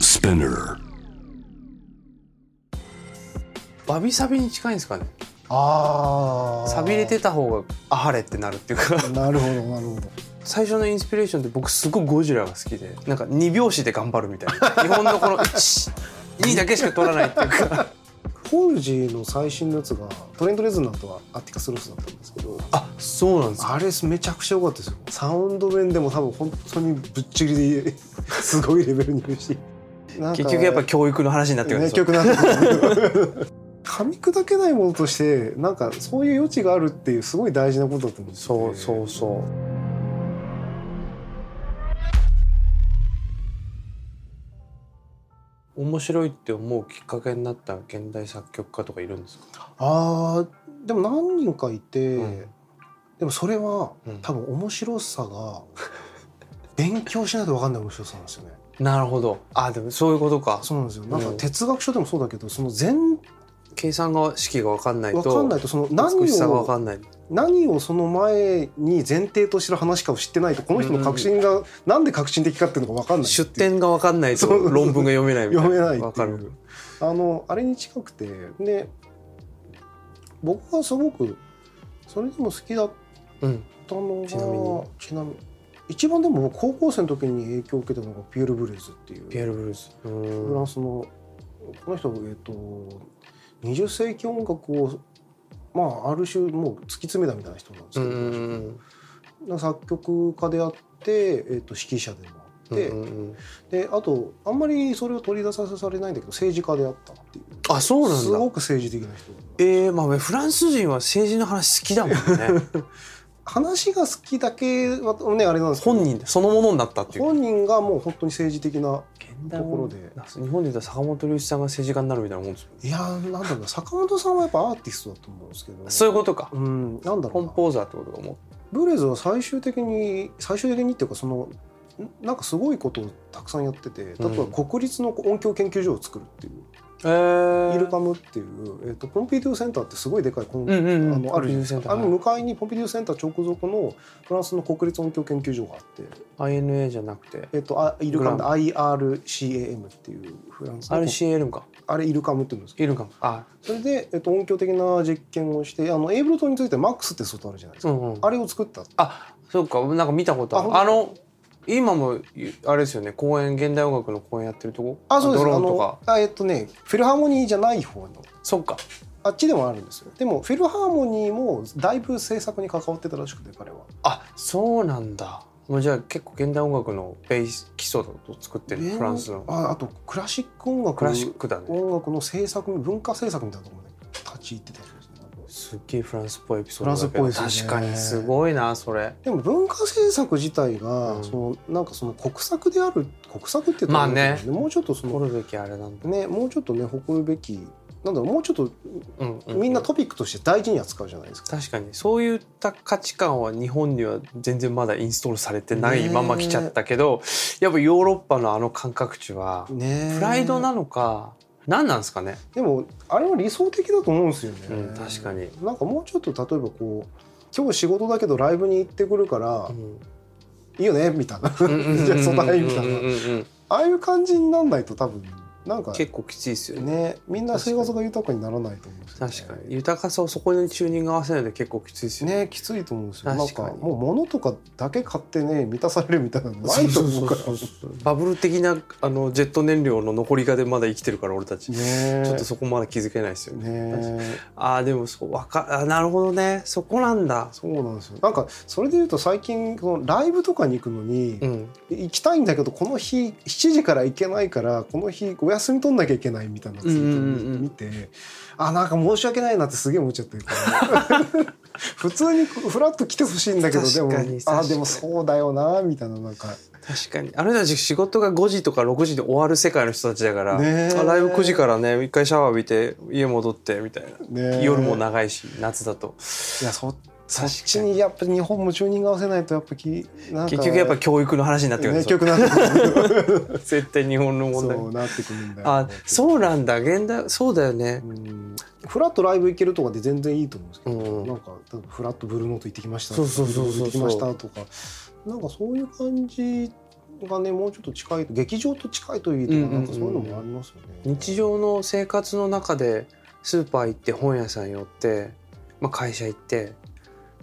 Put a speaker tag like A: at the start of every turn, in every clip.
A: Spinner.
B: バビサビに近いんですかね
C: ああ
B: さびれてた方があはれってなるっていうか
C: なるほどなるほど
B: 最初のインスピレーションって僕すごいゴジラが好きでなんか2拍子で頑張るみたいな日本のこの12だけしか取らないっていうか
C: ホールジーの最新のやつがトレント・レズナーとはアティカ・スロスだったんですけど
B: あそうなんですか
C: あれめちゃくちゃ良かったですよサウンド面でも多分本当にぶっちぎりで すごいレベルにいるしなんか
B: 結局やっぱ教育の話になってくるんで
C: ね
B: すよ
C: 曲なんですよ噛み砕けないものとしてなんかそういう余地があるっていうすごい大事なことだと思うんですよね
B: そうそうそう面白いって思うきっかけになった現代作曲家とかいるんですか、
C: あーでも何人かいて、
B: うん
C: でもそれは
B: うん
C: 多分面白さが勉強しないと分かんない面白さなんですよね
B: なるほどあでもそういうことか
C: そうなんですよなんか哲学書でもそうだけどその全
B: 計算が式が分かんないと
C: 分かんないとその何
B: 美しさが分
C: を
B: かんない
C: 何をその前に前提としてる話かを知ってないとこの人の確信がなんで確信的かっていうのが分かんないっていう
B: 出典が分かんないと
C: そう
B: 論文が読めないみたいな
C: 読めないってい
B: 分
C: う
B: かる
C: あのあれに近くてで僕はすごくそれでも好きだっ
B: うん
C: たのが
B: ちなみに
C: ちなみに一番でも僕高校生の時に影響を受けたのがピュール・ブレーズっていう
B: ピエール・ブルースう
C: フラ
B: ーん
C: ンスのこの人はえっと20世紀音楽をまあある種もう突き詰めたみたいな人なんです
B: う
C: けど、
B: ん
C: な作曲家であって、えっと指揮者でもあって、
B: うんうんうん
C: であとあんまりそれを取り出さされないんだけど政治家であったっていう
B: あそうなんだ
C: すごく政治的な人
B: えー、まあフランス人は政治の話好きだもん ね
C: 話が好きだけはねあれなんですけど
B: 本人そのものになったっていう
C: 本人がもう本当に政治的な
B: と
C: と
B: こ
C: こ
B: ろ
C: ろ
B: で
C: で
B: 日本で言ったら坂本龍一さんが政治家になるみたいなもんですもん
C: いやーなんだろうな坂本さんはやっぱアーティストだと思うんですけど
B: そういうことか
C: うんなんだろ
B: コ
C: う
B: ン
C: な
B: ポーザーってことかも
C: ブレーズは最終的に最終的にっていうかそのんなんかすごいことをたくさんやってて例えば国立の音響研究所を作るっていう、
B: えー、
C: イルカムっていう、えっとポンピドゥセンターってすごいでかいコン、
B: うんうんうん
C: あのあるじゃな
B: ポンピドゥ
C: いです
B: センタ
C: か
B: ー
C: あの向かいにポンピドゥセンター直属のフランスの国立音響研究所があって、
B: INA じゃなくて
C: えっとあイルカムで IRCAM っていうフランスの
B: RCL か
C: あれイルカムって言うんですけ
B: いるかもあ
C: どそれで、えっと音響的な実験をしてあのエイブルトについてマックスって外あるじゃないです
B: う
C: か、
B: んうん
C: あれを作った
B: あそうかなんか見たことあるあ
C: あ
B: の今もゆあれですよね公演現代音楽の公演やってるとこ
C: あそうです
B: ドローンとか
C: あのあえっとねフィルハーモニーじゃない方の
B: そっか
C: あっちでもあるんですよでもフィルハーモニーもだいぶ制作に関わってたらしくて彼は
B: あそうなんだもうじゃあ結構現代音楽のベース基礎を作ってるフランスの
C: ああとクラシック音楽
B: クラシックだね
C: 音楽の制作文化制作みたいなところまで立ち入ってたらしいですね
B: すっげえフランスっぽいエピソー
C: フ
B: ド
C: ランス
B: だ
C: っ
B: けど
C: ぽいですね
B: 確かにすごいなそれ
C: でも文化制作自体が、
B: うん
C: そのなんかその国策である国策って言った
B: ま
C: ら
B: あね
C: いいのかなもうちょっとその
B: 取るべきあれなんだ、
C: ねもうちょっとね誇るべきなんだろうもうちょっと
B: うんうう
C: みんなトピックとして大事に扱うじゃないですか。
B: 確かにそういった価値観は日本には全然まだインストールされてない
C: ねえ
B: まま来ちゃったけど、やっぱヨーロッパのあの感覚値は
C: ね
B: プライドなのか何なんですかね
C: でもあれは理想的だと思うんですよね、
B: うん確かに
C: なんかもうちょっと例えばこう今日仕事だけどライブに行ってくるから、いいよねみたいな じゃあそのみたいなああいう感じになんないと多分なんか
B: 結構きついですよね
C: ねみんな生活が豊かにならないと思うんですよね
B: 確かに豊かさをそこにチューニング合わせないと結構きついですよね
C: ねきついと思うんですよなん
B: 確か
C: か
B: に
C: もう物とかだけ買ってね満たされるみたいなのないと思うから
B: そうそうそうそうバブル的なあのジェット燃料の残りがでまだ生きてるから俺たち、
C: ね
B: ちょっとそこまだ気づけないですよね
C: ね
B: ああでもそうわかあなるほどねそこなんだ
C: そうなんですよなんかそれで言うと最近そのライブとかに行くのに、
B: うん
C: 行きたいんだけどこの日7時から行けないからこの日お休み取んなきゃいけないみたいなツイート
B: うんうんう
C: を
B: ん
C: 見て、あなんか申し訳ないなってすげえ思っちゃってるから 普通にフラッと来てほしいんだけどでも
B: 確かに確か
C: あ
B: に
C: でもそうだよなみたいななんか
B: 確かにあの人たち仕事が5時とか6時で終わる世界の人たちだから、
C: ねえ
B: あライブ9時からね一回シャワー浴びて家戻ってみたいな、
C: ねえ
B: 夜も長いし夏だと
C: いやそそ
B: に
C: っちにやっぱ日本もチューニング合わせないとやっぱきなんか
B: 結局やっぱ教育の話になってくるん
C: ね
B: ですよ、
C: 曲なんだけど
B: 絶対日本の 問題
C: そうなってくるんだよ
B: あそうなんだ現代そうだよね
C: うんフラットライブ行けるとかで全然いいと思うんですけど、
B: うん
C: なんか例えばフラットブルーノート行ってきました
B: そうそうそうそう
C: ブルーノート行ってきましたとかなんかそういう感じがねもうちょっと近い劇場と近いというと
B: うんうんうん
C: なんかそういうのもありますよね。
B: 日常の生活の中でスーパー行って本屋さん寄って、まあ、会社行って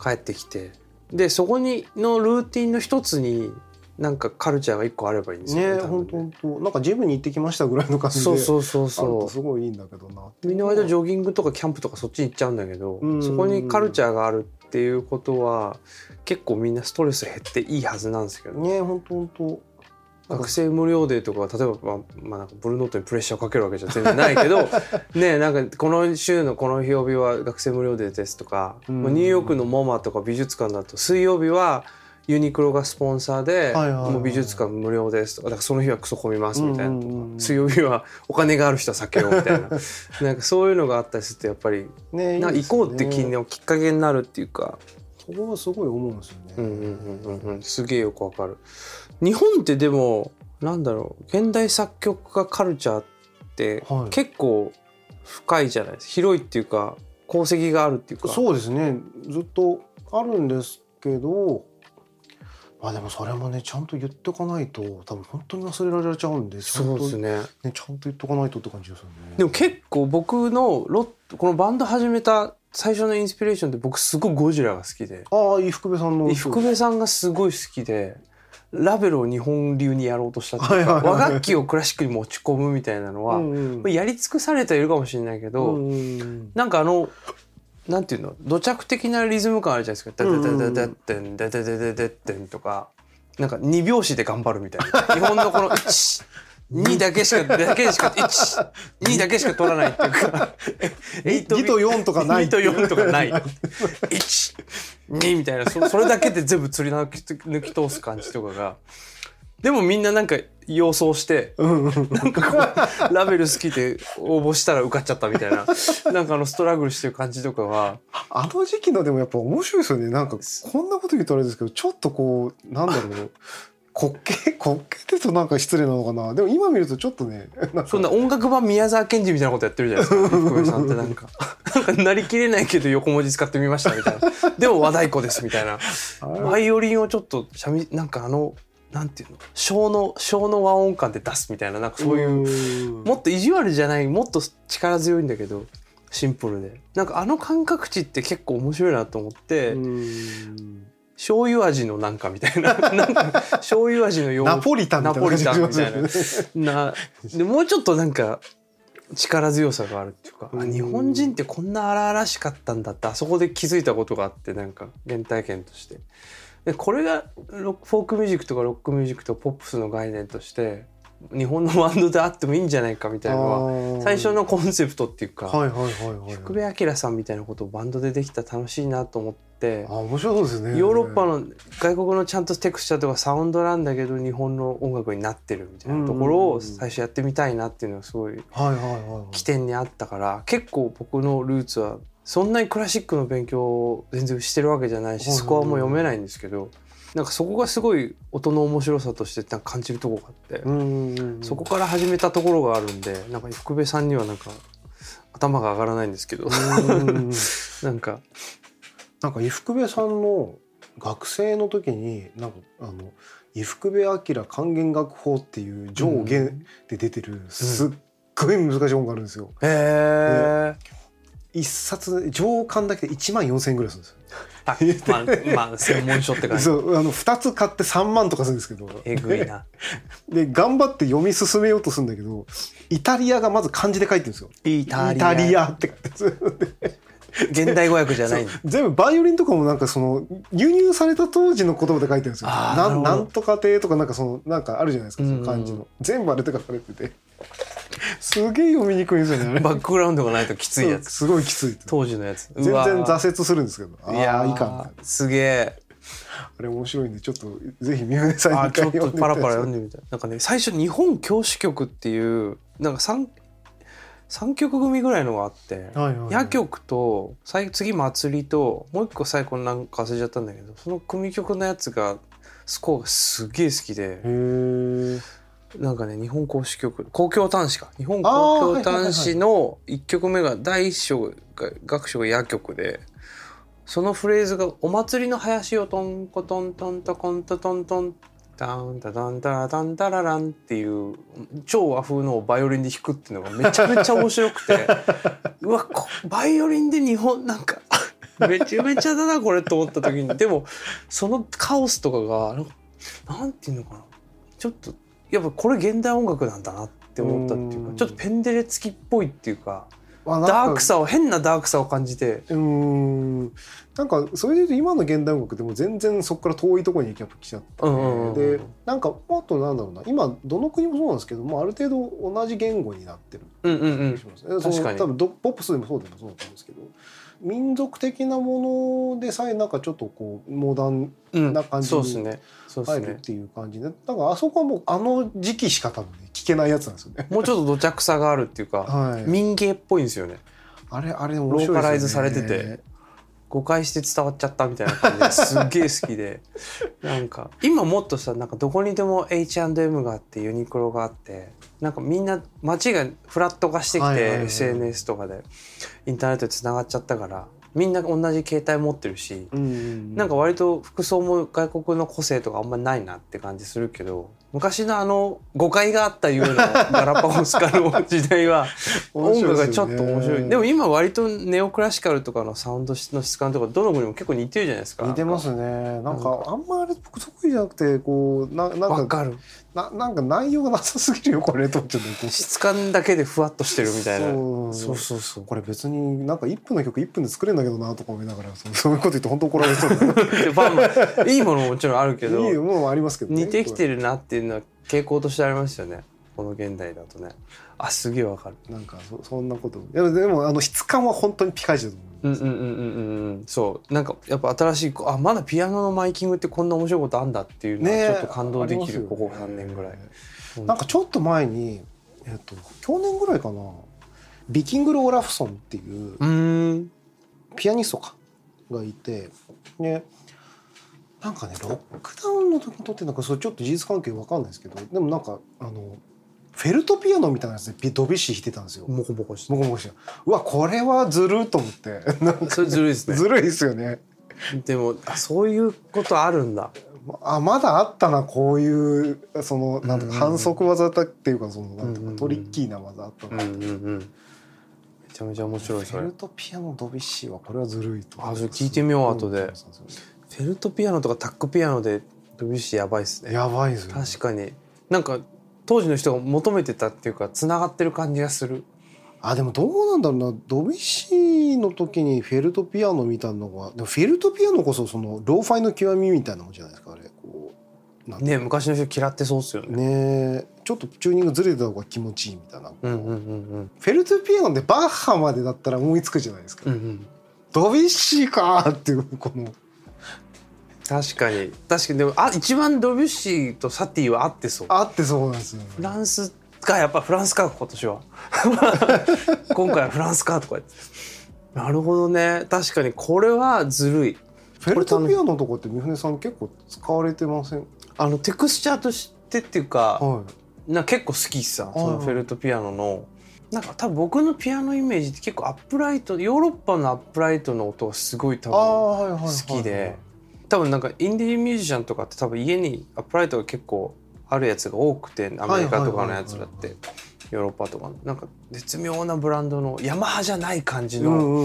B: 帰ってきてでそこにのルーティンの一つになんかカルチャーが一個あればいいんですよね
C: ね
B: 多
C: 本
B: 分
C: 当本当なんかジムに行ってきましたぐらいの感じで
B: そうそうそう
C: あると
B: そ
C: すごいいいんだけどなっ
B: う
C: てい
B: み
C: うんの
B: な
C: は
B: 割とジョギングとかキャンプとかそっちに行っちゃうんだけど
C: うん
B: そこにカルチャーがあるっていうことは結構みんなストレス減っていいはずなんですけどね
C: ね本当本当なん
B: 学
C: か
B: 生無料デーとかは例えば、まあまあ、なんかブルーノートにプレッシャーをかけるわけじゃ全然ないけ どねなんかこの週のこの曜日は学生無料デーですとか、
C: うん
B: まあニューヨークのモマとか美術館だと水曜日はユニクロがスポンサーで、
C: はいはいはい
B: もう美術館無料ですとかだからその日はクソ混みますみたいなとか、
C: うんうんうん
B: 水曜日はお金がある人は酒をみたい ななんかそういうのがあったりするとやっぱり
C: ね
B: なんか行こうって気
C: いいですね
B: のきっかけになるっていうか。
C: そこはすごい思うんですよね。
B: うんうんうんうんうんすげえよくわかる日本ってでもなんだろう現代作曲家カルチャーって
C: はい
B: 結構深いじゃないですか広いっていうか功績があるっていうか
C: そうですねずっとあるんですけどあでもそれもねちゃんと言っておかないと多分本当に忘れられちゃうんでちゃん
B: そ
C: と
B: うですね
C: ねちゃんと言っとかないとって感じですよね。
B: でも結構僕のロッこのバンド始めた最初のインスピレーションって僕すごいゴジラが好きで
C: ああ伊福部さんの
B: 伊福部さんがすごい好きでラベルを日本流にやろうとしたっていうか
C: はいはいはい
B: 和楽器をクラシックに持ち込むみたいなのは、
C: うんうん
B: やり尽くされてはいるかもしれないけど、
C: うんうん
B: なんかあのなんていうの土着的なリズム感あるじゃないですか「ダダダダダッテンダダダダダッテン」とかなんか2拍子で頑張るみたいな日本のこの1 2だけしかだけしか12だけしか取らないっていうか
C: 二と四とかない
B: 2と4とかない12みたいなそそれだけで全部釣り抜き抜き通す感じとかがでもみんななんか様相して
C: うんうん
B: なんかこう、ラベル好きで応募したら受かっちゃったみたいな、なんかあのストラグルしてる感じとかは、
C: あの時期のでもやっぱ面白いですよねなんかこんなこと言うとあれですけどちょっとこうなんだろう 滑稽滑稽って言うとなんか失礼なのかなでも今見るとちょっ とねなんか
B: そんな音楽版宮沢賢治みたいなことやってるじゃないですか、福部さんってなんか。 なんかなりきれないけど横文字使ってみましたみたい な。でも和太鼓ですみたいな。
C: あれ
B: バイオリンをちょっとしゃみ、なんかあの、なんていうの、小の、小の和音感で出すみたいな、なんかそういう、
C: うん
B: もっと意地悪じゃない、もっと力強いんだけど、シンプルで。なんかあの感覚値って結構面白いなと思って、
C: うん
B: 醤油味のなんかみたいな なんか醤油味のよう
C: ナポリタンみたいな感じがしますよね
B: ナポリタンみなでもうちょっとなんか力強さがあるっていうかあ
C: うん
B: 日本人ってこんな荒々しかったんだってあそこで気づいたことがあってなんか原体験としてでこれがロックフォークミュージックとかロックミュージックとポップスの概念として日本のバンドであってもいいんじゃないかみたいなのは
C: あ ー
B: 最初のコンセプトっていうか、
C: はいはいはいはい
B: 福部明さんみたいなことをバンドでできたら楽しいなと思って。
C: あ面白そうですね
B: ヨーロッパの外国のちゃんとテクスチャーとかサウンドなんだけど日本の音楽になってるみたいなところ
C: うんうんうん
B: を最初やってみたいなっていうのがすごい
C: はいはいはいはい
B: 起点にあったから結構僕のルーツはそんなにクラシックの勉強を全然してるわけじゃないし
C: はいはいは
B: ス
C: い
B: コアも読めないんですけどなんかそこがすごい音の面白さとしてなんか感じるとこがあって
C: うんうんうん
B: そこから始めたところがあるんでなんか 福部さんにはなんか頭が上がらないんですけど
C: うんうんうん
B: なんか
C: なんか伊福部さんの学生の時になんかあの伊福部明還元楽法っていう上下で出てるすっごい難しい本があるんですよ。
B: へえ
C: 一冊上巻だけで1万4,000円ぐらいするんですよ。
B: あまあまあ専門書って感じ
C: そうあの2つ買って3万とかするんですけど
B: えぐいな。
C: で頑張って読み進めようとするんだけどイタリアがまず漢字で書いてるんですよ。
B: イ
C: イタリアって書い てるんですよ
B: 現代語訳じゃないんだ。
C: 全部バイオリンとかもなんかその輸入された当時の言葉で書いてるんですよ。
B: あーな
C: な
B: る
C: ん
B: ほど
C: なんとか亭とかなんかそのなんかあるじゃないですかそ
B: うん
C: の
B: うんうん
C: 漢字の、全部あれで書かれててすげえ読みにくいんですよねあれ
B: バックグラウンドがないときついやつ。
C: すごいきついと
B: 当時のやつ。
C: 全然
B: 雑。
C: 挫折するんですけどあ
B: い
C: ー
B: やー
C: いいか
B: すげえ。
C: あれ面白いんでちょっとぜひ三船さんに
B: あーち
C: 一回
B: ょっ
C: 読ん
B: と
C: で
B: パラパラ
C: 読
B: 読んでみたい。なんかね最初日本教師局っていうなんか三三曲組ぐらいのがあって。
C: はいはいはい
B: 夜曲と最次祭りともう一個最後なんか忘れちゃったんだけどその組曲のやつがスコーがすげえ好きで
C: へー
B: なんかね日本公式曲公共端子か日本公共端子の1曲目が第一章が楽章が夜曲でそのフレーズが「お祭りの林をトンコトントントコントトントンダンダダンダラダンダラランっていう超和風のをバイオリンで弾くっていうのがめちゃめちゃ面白くてうわこバイオリンで日本なんかめちゃめちゃだなこれと思った時にでもそのカオスとかがなんかなんていうのかなちょっとやっぱこれ現代音楽なんだなって思ったっていうか
C: うん
B: ちょっとペンデレ付きっぽいっていうか
C: あなんか
B: ダークさを変なダークさを感じて
C: うーんなんかそれで言うと今の現代音楽でも全然そこから遠いところにやっぱ来ちゃって、
B: うんうんうん
C: でなんかもっとなんだろうな今どの国もそうなんですけどもうある程度同じ言語になってる
B: うんうんうん
C: 気がしますね、その
B: 確かに
C: 多分どポップスでもそうでもそうだと思うんですけど民族的なものでさえなんかちょっとこうモダン
B: うん
C: な感じに
B: そうですねそうです
C: 入るっ
B: ね
C: ていう感じでだからあそこはもうあの時期しか多分ね聞けないやつなんですよね。
B: もうちょっと土着さがあるっていうか
C: はい、
B: 民芸っぽいんですよね
C: あれあれ面白いですよね
B: ローカライズされてて誤解して伝わっちゃったみたいな感じですっげえ好き でなんか今もっとさなんかどこにでも H&M があってユニクロがあってなんかみんな街がフラット化してきて、
C: はいはいはい
B: SNS とかでインターネットでつながっちゃったからみんな同じ携帯持ってるし、
C: うんうんうん
B: なんか割と服装も外国の個性とかあんまりないなって感じするけど昔のあの誤解があったようなガラパゴス化の時代は
C: 面
B: 音
C: 白い
B: 楽
C: ですよね
B: がちょっと面白いでも今割とネオクラシカルとかのサウンドの質感とかどの国も結構似てるじゃないですか
C: 似てますねなんかあんまあれ僕得意じゃなくてこうななん
B: わ
C: か
B: かる
C: ななんか内容がなさすぎるよこれと思っちゃってこう
B: 質感だけでふわっとしてるみたいな
C: そう
B: そうそうそう
C: これ別になんか1分の曲1分で作れるんだけどなとか思いながらそうそういうこと言って本当怒られそうだな
B: でまあまあいいものももちろんあるけど
C: いいものもありますけどね
B: 似てきてるなっていうのは傾向としてありますよねこの現代だとねあすげえわかる
C: なんかそそんなこといやでもあの質感は本当にピカイチだと思う
B: うんうんうんうんうんうんそうなんかやっぱ新しいあまだピアノのマイキングってこんな面白いことあんだっていうのは
C: ね
B: ち
C: え
B: ょっと感動できる、
C: ありますよね
B: ここ3年ぐらい、
C: なんかちょっと前にえっと去年ぐらいかなビキングル・オラフソンっていう
B: うーん
C: ピアニストかがいてねなんかねロックダウンの時に撮ってなんかそれちょっと事実関係わかんないですけどでもなんかあのフェルトピアノみたいなやつでピドビュッシー弾いてたんですよ。
B: モコモコして
C: 僕もしてうわこれはずるっと思ってなんか
B: それずるいですね
C: ずるいですよね。
B: でもあそういうことあるんだ
C: あまだあったなこういうそのなんと
B: うんうんう
C: か
B: ん
C: 反則技だっていうかそのなんと
B: うんうんうん
C: かトリッキーな技あった
B: う
C: なん
B: うんうんめちゃめちゃ面白いそ
C: フェ
B: れ
C: ル
B: フ
C: トピアノドビュッシーはこれはずるいと
B: あそれ聞いてみよう後でェルトピアノとかタックピアノでドビュッシーやばいっすね
C: やばいですよね
B: 確かになんか当時の人が求めてたっていうかつながってる感じがする
C: あでもどうなんだろうなドビュッシーの時にフェルトピアノみたいなのがでもフェルトピアノこそそのローファイの極みみたいなもんじゃないですかあれこうなんて
B: ね昔の人嫌ってそうっすよね
C: ねえちょっとチューニングずれてた方が気持ちいいみたいな
B: うんうんうんうん
C: フェルトピアノでバッハまでだったら思いつくじゃないですか、
B: うんうん
C: ドビュッシーかーっていうこの
B: 確かに確かにでもあ一番ドビュッシーとサティは合ってそう
C: あってそうなんですよ、ね、
B: フランスがやっぱフランスか今年 は今回はフランスかとか言ってなるほどね確かにこれはずるい
C: フェルトピアノとかって三船さん結構使われてません
B: あのテクスチャーとしてっていうか
C: はい
B: な結構好きさ
C: い
B: そのフェルトピアノのなんか多分僕のピアノイメージって結構アップライトヨーロッパのアップライトの音がすごい多
C: あ
B: 分
C: あはいはいはい、
B: 好きで多分なんかインディーミュージシャンとかって多分家にアップライトが結構あるやつが多くてアメリカとかのやつだっ
C: はいはいはいはい
B: てヨーロッパとかのなんか絶妙なブランドのヤマハじゃない感じ
C: うん
B: の
C: うんうんうんうんう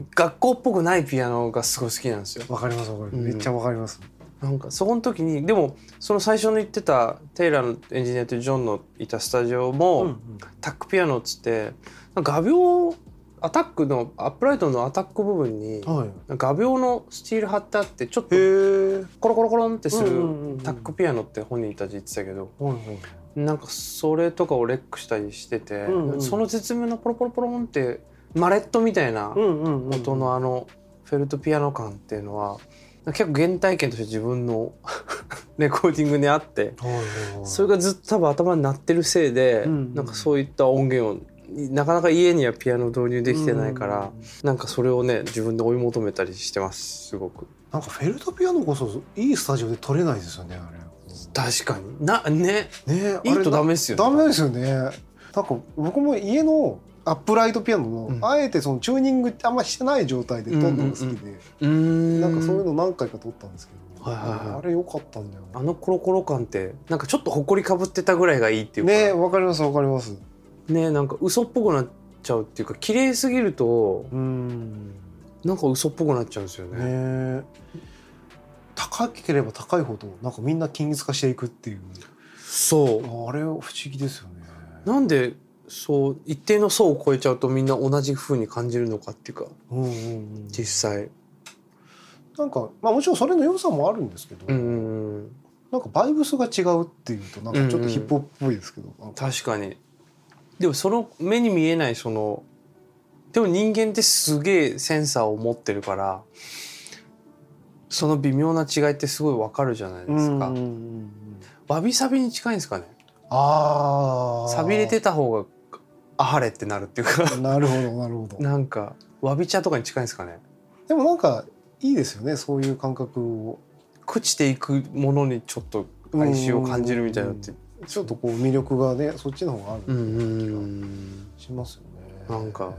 C: ん
B: 学校っぽくないピアノがすごい好きなんですよ。
C: わかりますわかります、
B: うん
C: めっちゃわかります
B: なんかそこの時にでもその最初の言ってたテイラーのエンジニアとジョンのいたスタジオも、タックピアノっつってなんか画鋲アタックのアップライトのアタック部分に
C: はい
B: 画鋲のスチール貼ってあってちょっと
C: へえ
B: コロコロコロンってする
C: うんうんうんうん
B: タックピアノって本人たち言ってたけど
C: はいはい
B: なんかそれとかをレックしたりしてて、
C: うんうん
B: その絶妙なポロポロポロンってマレットみたいな
C: うんうんうん
B: 音のあのフェルトピアノ感っていうのは結構原体験として自分の レコーディングにあって
C: はいはいはい
B: それがずっと多分頭になってるせいで、
C: うんうん
B: なんかそういった音源をなかなか家にはピアノ導入できてないから、
C: うん
B: なんかそれをね自分で追い求めたりしてますすごく。
C: なんかフェルトピアノこそいいスタジオで撮れないですよねあれ
B: 確かになね
C: ね
B: いいとダメ
C: で
B: ですよね。
C: ダメですよねなんか僕も家のアップライトピアノの、
B: うん
C: あえてそのチューニングってあんましてない状態で撮るのが好きで、
B: うーん
C: なんかそういうの何回か撮ったんですけどはいはいはい、あれ良かったんだよ
B: あのコロコロ感ってなんかちょっと埃かぶってたぐらいがいいっていうか
C: ねわかりますわかります
B: ねなんか嘘っぽくなっちゃうっていうか綺麗すぎると
C: うん
B: なんか嘘っぽくなっちゃうんですよね
C: ね高ければ高いほどなんかみんな均一化していくっていう
B: そ
C: あれは不思議ですよね
B: うなんでそう一定の層を超えちゃうとみんな同じ風に感じるのかっていうか
C: うんうんうん
B: 実際
C: なんかまあもちろんそれの良さもあるんですけど、
B: うんうんうん
C: なんかバイブスが違うっていうとなんかちょっとヒップホップっぽいですけど、なんか
B: 確かにでもその目に見えないそのでも人間ってすげえセンサーを持ってるからその微妙な違いってすごいわかるじゃないですか、
C: うんうんうんうん
B: わびさびに近いんですかね
C: ああ
B: 寂れてた方があはれってなるっていうか
C: なるほどなるほど
B: なんかわび茶とかに近いんですかね
C: でもなんかいいですよねそういう感覚を
B: 朽ちていくものにちょっと哀愁を感じるみたいなって
C: ちょっとこう魅力がねそっちの方があ
B: うんうんうんう
C: る
B: ん
C: 気がしますよ
B: な
C: ね、
B: んか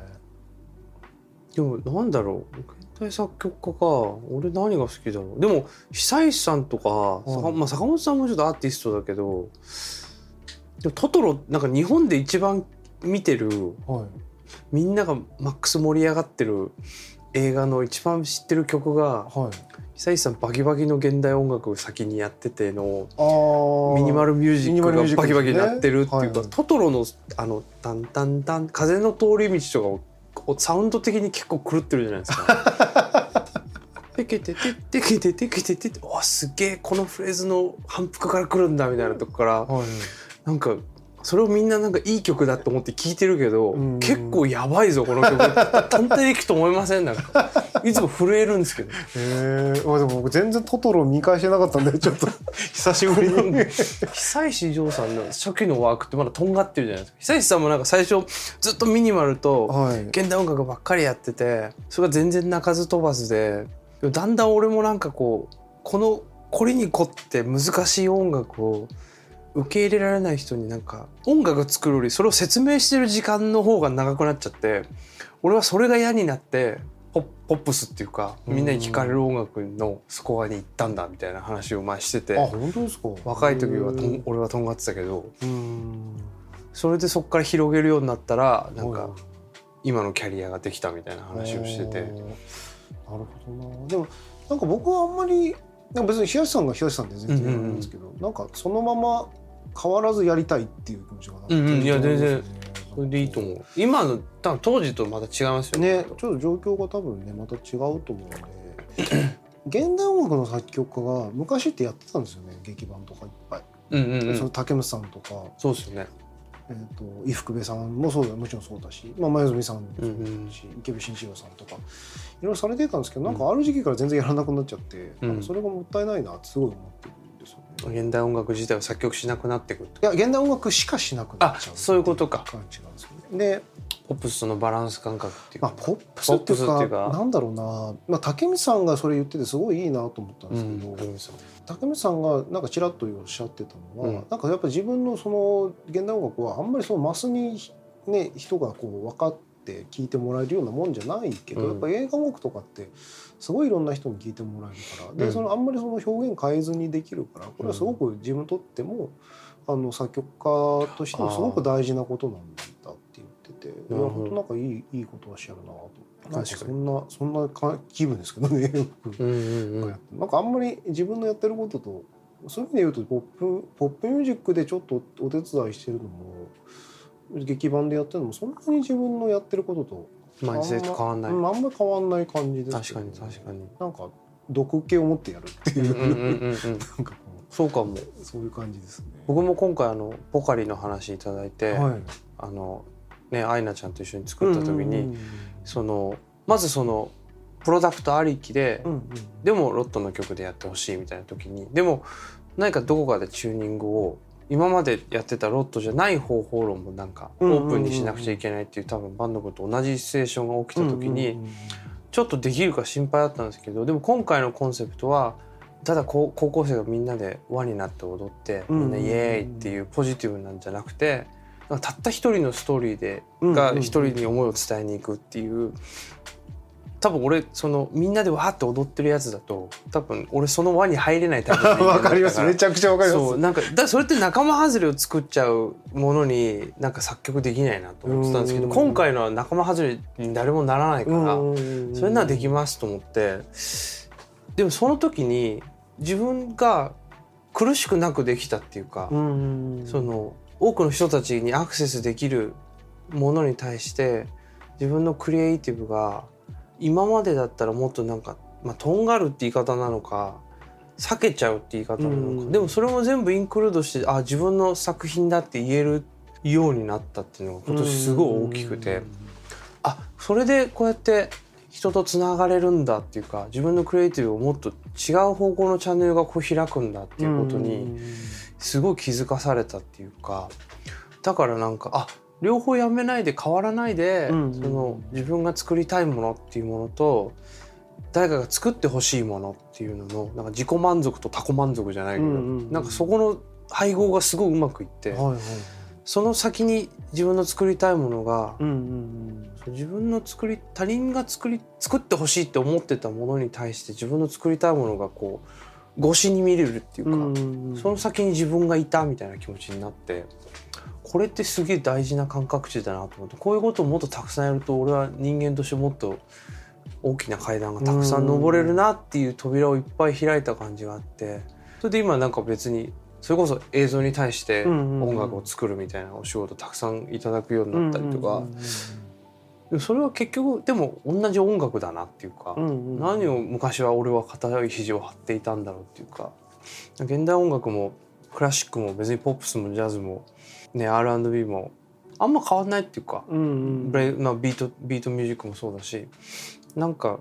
B: でもなんだろう現代作曲家か俺何が好きだろうでも久石さんとか、
C: い
B: 坂まあ、坂本さんもちょっとアーティストだけどでもトトロなんか日本で一番見てる
C: はい
B: みんながマックス盛り上がってる映画の一番知ってる曲が
C: はい
B: 久石さんバキバキの現代音楽を先にやってての
C: あー
B: ミニマルミュージックが
C: ミニマ
B: バ
C: ルミ
B: キ
C: ュ
B: バ
C: ー
B: キ
C: ジックですね
B: になってるっていうか、
C: はい
B: トトロのあの「タンタンタン」「風の通り道」とかをサウンド的に結構狂ってるじゃないですか。テケテテテケテテケテテテおすげえこのフレーズの反復から来るんだみたいなとこから
C: はい
B: なんかそれをみんななんかいい曲だと思って聴いてるけど
C: うん
B: 結構やばいぞこの曲単体で聴くと思いませんなんかいつも震えるんですけど
C: へえまあでも僕全然トトロ見返してなかったんでちょっ と久しぶりに
B: 久石譲さんの初期のワークってまだとんがってるじゃないですか久石さんもなんか最初ずっとミニマルと
C: はい
B: 現代音楽ばっかりやっててそれが全然鳴かず飛ばずででもだんだん俺もなんかこうこのこれに凝って難しい音楽を受け入れられない人になんか音楽作るよりそれを説明してる時間の方が長くなっちゃって俺はそれが嫌になってポッポップスっていうかみんなに聞かれる音楽のそこに行ったんだみたいな話を前してて。
C: あ本当ですか
B: 若い時はとん
C: うん
B: 俺はとんがってたけど
C: うん
B: それでそこから広げるようになったらなんか
C: はい
B: 今のキャリアができたみたいな話をして
C: あー
B: て
C: なるほどなでもなんか僕はあんまりなんか別に東さんが東さんで全然あれなんですけど、なんかそのまま変わらずやりたいっていう気持ちがなんか
B: うんうんいや全然そ
C: そ
B: れでいいと思う今の多分当時とまた違いますよ
C: ねちょっと状況が多分ねまた違うと思うので 現代音楽の作曲家が昔ってやってたんですよね劇版とかいっぱい、
B: うんうんうん
C: その竹本さんとか、
B: そうですよね
C: えー、と伊福部さんもそうだもちろんそうだし、まあ、前泉さんもそうだし、
B: うんうん
C: 池部慎一郎さんとかいろいろされてたんですけどなんかある時期から全然やらなくなっちゃって、
B: うん
C: なんかそれがもったいないなってすごい思ってるんですよね。
B: 現代音楽自体を作曲しなくなってくる
C: いや現代音楽しかしなくなっちゃう
B: あそういうことか
C: 感じなんですよね。で
B: ポップスとのバランス感覚っていう
C: まあ
B: か、
C: ポップスっていう
B: ポップスってい
C: か
B: うか
C: なんだろうな、まあ、竹見さんがそれ言っててすごいいいなと思ったん
B: う
C: です
B: ん
C: けど、
B: うんそう
C: 竹見さんがなんかちらっとおっしゃってたのは、
B: うん
C: なんかやっぱり自分のその現代音楽はあんまりそのマスにね人がこう分かって聞いてもらえるようなもんじゃないけど、
B: うん
C: やっぱ映画音楽とかってすごいいろんな人に聞いてもらえるから、
B: う
C: で
B: ん
C: そのあんまりその表現変えずにできるからこれはすごく自分にとっても、あの作曲家としてもすごく大事なことなんだって言ってて、い
B: あー
C: や
B: なるほど
C: 本当なんかいいいいことをおっしゃるなと。なんか
B: 確
C: そ
B: か
C: んなそんなか気分ですけどね。僕
B: うんうんうん
C: なんかあんまり自分のやってることとそういう意味で言うとポップポップミュージックでちょっとお手伝いしてるのも劇版でやってるのもそんなに自分のやってることと
B: まあ全然変わんない、
C: うんあんまり変わんない感じです
B: 確
C: け
B: か
C: ど
B: に確かに
C: なんか毒気を持ってやるって
B: う
C: い
B: ん
C: う、
B: うんうんうん
C: なんかこ
B: そうかも
C: うそういう感じですね。
B: 僕も今回あのポカリの話いただいて、
C: はい、
B: あのねアイナちゃんと一緒に作った時に、
C: うん
B: そのまずそのプロダクトありきで、
C: うんうん
B: でもロットの曲でやってほしいみたいな時にでも何かどこかでチューニングを今までやってたロットじゃない方法論もなんかオ
C: うんうんうんうん
B: ープンにしなくちゃいけないっていう多分バンド君と同じシチュエーションが起きた時
C: うん
B: に
C: うんうん
B: ちょっとできるか心配だったんですけどでも今回のコンセプトはただこう高校生がみんなで輪になって踊ってみんなイエーイっていうポジティブなんじゃなくてなんかたった一人のストーリーで
C: うん
B: が一人に思いを伝えに行くっていう多分俺そのみんなでわーって踊ってるやつだと多分俺その輪に入れないタイプの人間だ っ
C: わ
B: たら
C: かりますめちゃくちゃわかりま
B: そうなんかだからそれって仲間外れを作っちゃうものになんか作曲できないなと思ってたんですけど
C: うん
B: 今回のは仲間外れに誰もならない
C: す
B: から
C: うん
B: それならできますと思ってでもその時に自分が苦しくなくできたっていうか
C: うん
B: その多くの人たちにアクセスできるものに対して自分のクリエイティブが今までだったらもっとなんか、まあ、とんがるって言い方なのか避けちゃうって言い方なの
C: うん
B: かでもそれも全部インクルードしてあ自分の作品だって言えるようになったっていうのが今年すごい大きくてあそれでこうやって人とつながれるんだっていうか自分のクリエイティブをもっと違う方向のチャンネルがこう開くんだっていうことに。すごい気づかされたっていうかだからなんかあ両方やめないで変わらないで、
C: うん
B: その自分が作りたいものっていうものと誰かが作ってほしいものっていうののなんか自己満足と他己満足じゃないけど、
C: うんうんうん
B: なんかそこの配合がすごいうまくいって、
C: うんはいはい
B: その先に自分の作りたいものが、
C: うんうん
B: そう自分の作り他人が作り作ってほしいって思ってたものに対して自分の作りたいものがこう越しに見れるっていう
C: う
B: か。
C: んうんうん
B: その先に自分がいたみたいな気持ちになってこれってすげえ大事な感覚値だなと思ってこういうことをもっとたくさんやると俺は人間としてもっと大きな階段がたくさん登れるなっていう扉をいっぱい開いた感じがあってそれで今なんか別にそれこそ映像に対して
C: うんうんうん
B: 音楽を作るみたいなお仕事たくさんいただくようになったりと
C: う
B: か
C: ん
B: でもそれは結局でも同じ音楽だなっていうか
C: うんうんうん
B: 何を昔は俺は硬い肘を張っていたんだろうっていうか現代音楽もクラシックも別にポップスもジャズも、ね、R&B もあんま変わんないっていうか、
C: うんうん
B: ブレまあ、ビートビートミュージックもそうだしなんか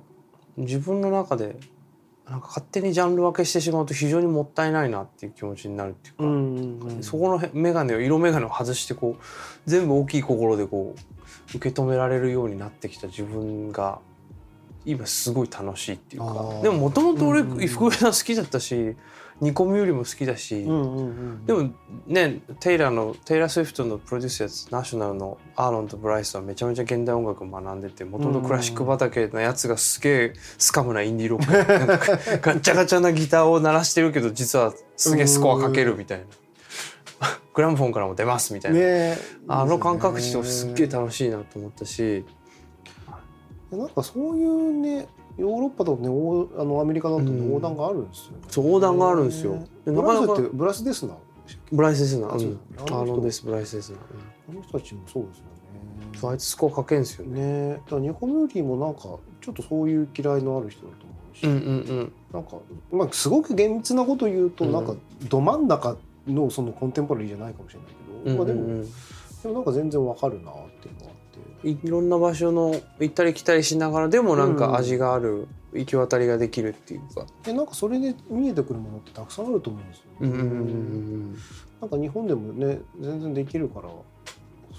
B: 自分の中でなんか勝手にジャンル分けしてしまうと非常にもったいないなっていう気持ちになるっていうか、
C: うんうんうん
B: そこのへ眼鏡を色眼鏡を外してこう全部大きい心でこう受け止められるようになってきた自分が今すごい楽しいっていう
C: あ
B: か
C: ー
B: でももともと俺
C: うんうんうん
B: 福上さん好きだったし煮込みよりも好きだし、
C: うんうんうん
B: でもねテイラーのテイラー・スウィフトのプロデュースやつナショナルのアーロンとブライスはめちゃめちゃ現代音楽を学んでてもともとクラシック畑のやつがすげえスカムなインディーロックなんかガッチャガチャなギターを鳴らしてるけど実はすげえスコアかけるみたいなグラムフォンからも出ますみたいな、
C: ねえ
B: あの感覚値とすっげえ
C: ね
B: 楽しいなと思ったし
C: なんかそういうねヨーロッパとかねおあのアメリカだとね、
B: うん
C: 横断があるんですよ、ね、
B: そう横断があるんですよ
C: ね
B: で
C: ブ
B: なか
C: ラ
B: な
C: ス
B: か
C: ってブラスですなあ
B: ブライス・エスナー、う
C: そうんだねあの人
B: アーロンですブライス・エスナーう
C: の人たちもそうですよ
B: ん
C: ね
B: そうあいつスコアかけんすよね
C: ねだから日本よりもなんかちょっとそういう嫌いのある人だと思うし、
B: うんうん
C: なんか、まあ、すごく厳密なこと言うと、
B: うん
C: なんかど真ん中のそのコンテンポラリーじゃないかもしれないけ
B: うん
C: ど、
B: うん
C: まあ、
B: う
C: で
B: んう
C: も
B: ん
C: でもなんか全然わかるなっていうのがあって
B: いろんな場所の行ったり来たりしながらでもなん
C: う
B: か
C: ん
B: 味がある、行き渡りができるっていうか。
C: でなんかそれで見えてくるものってたくさんあると思うんですよ、ねなんか日本でもね全然できるから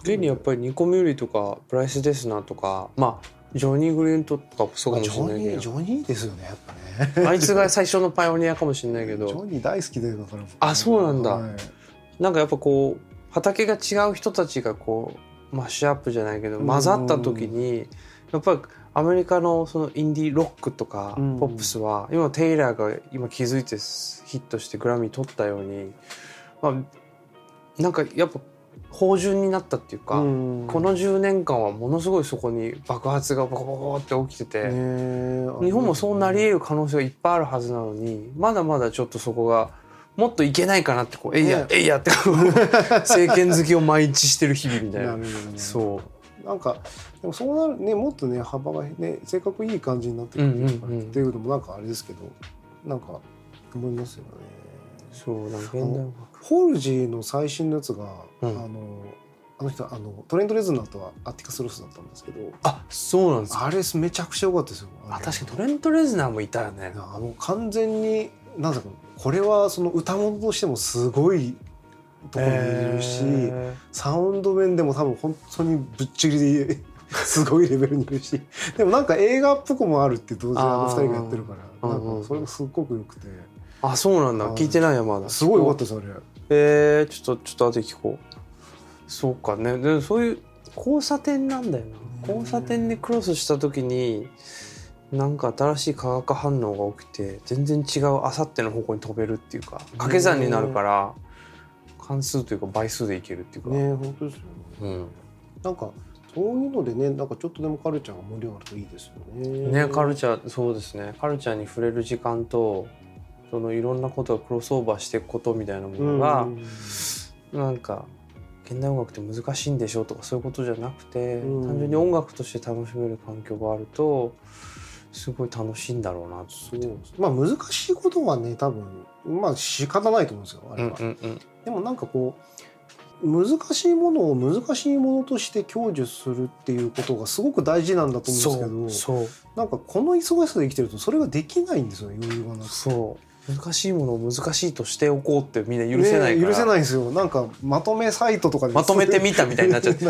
B: 現にやっぱりニコ・ミューリーとかブライス・デスナーとかまあジョニー・グリーントとかもそうかも
C: ジ
B: しれ
C: ョ
B: ない
C: ニー
B: け
C: ジョニーですよねやっぱね
B: どあいつが最初のパイオニアかもしれないけ
C: ジョ
B: ど
C: ニー大好きだから
B: あそうなんだ
C: はい
B: なんかやっぱこう畑が違う人たちがこうマッシュアップじゃないけど
C: うん
B: 混ざった時にやっぱりアメリカのそのインディーロックとか
C: うん
B: ポップスは今テイラーが今気づいてヒットしてグラミー取ったようにまあなんかやっぱ芳醇になったっていうか、
C: うん
B: この10年間はものすごいそこに爆発がボコボコって起きてて。
C: ね
B: 日本もそうなり得る可能性がいっぱいあるはずなのにまだまだちょっとそこがもっといけないかなってこう「えいや
C: ね
B: えいや」って こう政権好きを毎日してる日々みたい
C: な
B: な
C: るほどね
B: そ
C: なんかでもそうなるねもっとね幅がね性格いい感じになってくるっていうか
B: うんうんうん
C: っていうのもなんかあれですけどなんか思いますよね。
B: うそうなんか現代
C: のホールジーの最新のやつが、
B: うん
C: あのあの人あのトレンドレズナーとはアティカスロスだったんですけど
B: あそうなんですか
C: あれめちゃくちゃ良かったですよ。
B: あ
C: れ
B: 確かにトレント・レズナーもいたよね
C: あの完全になんだろうこれはその歌物としてもすごいところにいるし、
B: え
C: サウンド面でも多分本当にぶっちぎりで すごいレベルにいるしでもなんか映画っぽくもあるって同時にあの二人がやってるから
B: あ
C: な
B: ー
C: んかそれがすっごく良くて
B: ーあそうなんだ
C: あー
B: 聞いてないやまだ
C: すごい良かったですあれ。
B: えー、ちょっとちょっと後で聞こうそうかねでそういう交差点なんだよな
C: うん
B: 交差点でクロスした時になんか新しい化学反応が起きて全然違うあさっての方向に飛べるっていうか掛け算になるから関数というか倍数でいけるっていうか、
C: ね本当ですよね
B: うん、
C: なんかそういうのでねなんかちょっとでもカルチャーが盛り上がるといいですよね。
B: ねカルチャーそうですねカルチャーに触れる時間とそのいろんなことがクロスオーバーしていくことみたいなも
C: う
B: の
C: ん
B: が、なんか現代音楽って難しいんでしょとかそういうことじゃなくて、
C: うん
B: 単純に音楽として楽しめる環境があるとすごい楽しいんだろうなって
C: そうですまあ難しいことはね多分まあ仕方ないと思うんですよあ
B: う
C: れ
B: ん
C: は。
B: うんうん
C: でもなんかこう難しいものを難しいものとして享受するっていうことがすごく大事なんだと思
B: そ
C: うん
B: う
C: ですけ
B: そう
C: どなんかこの忙しさで生きてるとそれができないんですよね余裕がなくて
B: そう難しいものを難しいとしておこうってみんな許せないから、
C: ね許せないんですよなんかまとめサイトとかで
B: まとめてみたみたいになっ ちゃって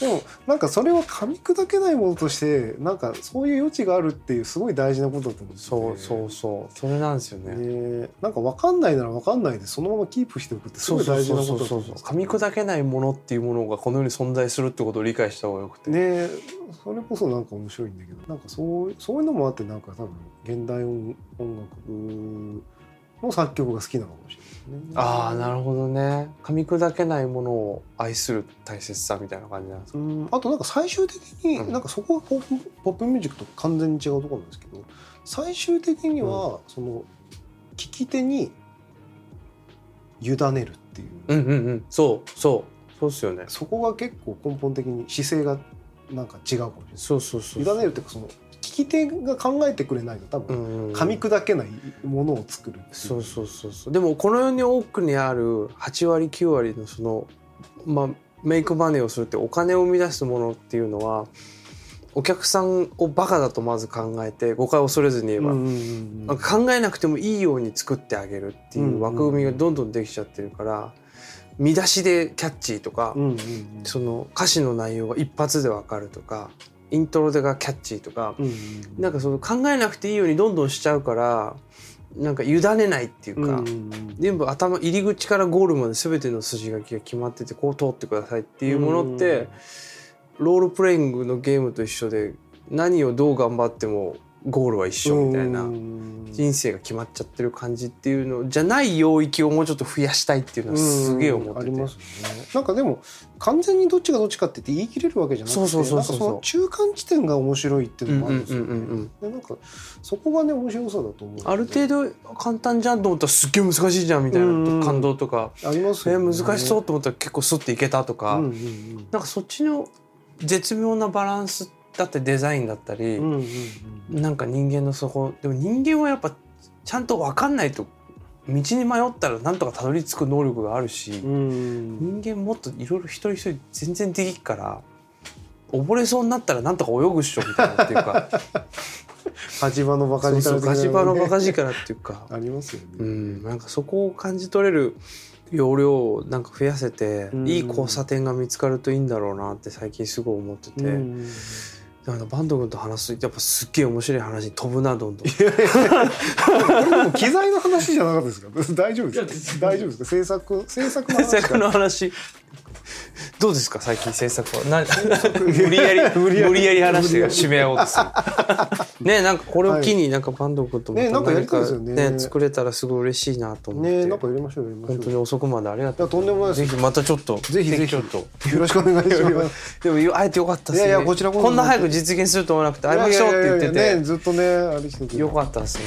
C: でもなんかそれは噛み砕けないものとしてなんかそういう余地があるっていうすごい大事なことだと思うんですよ
B: そ
C: ね
B: うそうそうそれなんですよね
C: ねなんか分かんないなら分かんないでそのままキープしておくってす
B: そ
C: ご
B: う
C: い
B: そ
C: 大
B: う
C: 事
B: そ
C: な
B: う
C: こ
B: そ
C: とだと
B: うそ
C: 思うん
B: う
C: ですよ
B: 噛み砕けないものっていうものがこの世に存在するってことを理解した方がよくて、
C: ねそれこそなんか面白いんだけどなんかそうそういうのもあってなんか多分現代音音楽の作曲が好きなのかもしれないですね。
B: ああな
C: る
B: るほどね噛み砕けないものを愛する大切さみたいな感じなんですか
C: うんあとなんか最終的
B: う
C: に
B: ん
C: なんかそこはポップポップミュージックと完全に違うところなんですけど最終的にはその聴き手に委ねるっていう、
B: うんうんうんそうそうそうっすよね
C: そこが結構根本的に姿勢がなんか違うかもしれないです。
B: そうそうそう
C: 委ねるっていうかその聞き手が考えてくれないと多分
B: うんうん
C: 噛み砕けないものを作るってい
B: そうそうそうそうでもこの世に多くにある8割9割のそのまあメイクマネーをするってお金を生み出すものっていうのはお客さんをバカだとまず考えて誤解を恐れずに言えば、
C: うんうんうん
B: なんか考えなくてもいいように作ってあげるっていう枠組みがどんどんできちゃってるから見出しでキャッチーとか、
C: うんうんうん
B: その歌詞の内容が一発でわかるとかイントロでがキャッチーとか
C: うん
B: なんかその考えなくていいようにどんどんしちゃうからなんか委ねないっていう
C: うん
B: か、
C: うんうん
B: 全部頭入り口からゴールまで全ての筋書きが決まっててこう通ってくださいっていうものって、ロールプレイングのゲームと一緒で何をどう頑張ってもゴールは一緒みたいな。
C: うん
B: 人生が決まっちゃってる感じっていうのじゃない領域をもうちょっと増やしたいっていうのはすげえ思ってて、
C: うんありますよねなんかでも完全にどっちがどっちかって言って言い切れるわけじゃなくて
B: そうそうそうそう
C: なんかその中間地点が面白いっていうのもあるんですよね、
B: うんうんうんうん
C: でなんかそこがね面白さだと思う
B: ある程度簡単じゃんと思ったらすっげえ難しいじゃんみたいな
C: うん
B: 感動とか、
C: 度あります
B: え
C: よね、
B: 難しそうと思ったら結構スッていけたとか、
C: うんうんうん
B: なんかそっちの絶妙なバランスだってデザインだったり、
C: うんうん
B: なんか人間のそこでも人間はやっぱちゃんと分かんないと道に迷ったらなんとかたどり着く能力があるし。
C: うんうん
B: 人間もっといろいろ一人一人全然できっから溺れそうになったらなんとか泳ぐっしょみたいなって いうか
C: 火事場のバカ
B: そうそうガ
C: 力的なね
B: チバのバカ力っていうか
C: ありますよね、
B: うんなんかそこを感じ取れる容量をなんか増やせて
C: うん
B: いい交差点が見つかるといいんだろうなって最近すごい思ってて、
C: うん
B: だからバンド君と話すとやっぱすっげえ面白い話に飛ぶなどんどん。
C: これでも機材の話じゃなかったですか 大丈夫ですか大丈夫ですか制作制作の話
B: 制作の話 どうですか最近制作はな無理や り無理やり話して締め合おうとする ねなんかこれを機になんかバンド君とまた
C: ねなんかやり
B: 何
C: た
B: か
C: いですよね
B: ね作れたらすごい嬉しいなと思っ
C: ね
B: て
C: なんかやりましょうやりましょ
B: 本
C: う
B: 当に遅くまでありが
C: い
B: と
C: や
B: う
C: とんでもない
B: ぜ
C: で
B: ひまたちょっと
C: すぜひぜひ
B: ちょっと
C: よ ろしくお願いしま す
B: でもあえてよかったですね
C: いやいやこちらこそ
B: んな早く実現すると思わなくて会いましょうって言って
C: いやいやいやいや
B: て
C: ねずっとねあれしてて
B: よかったですね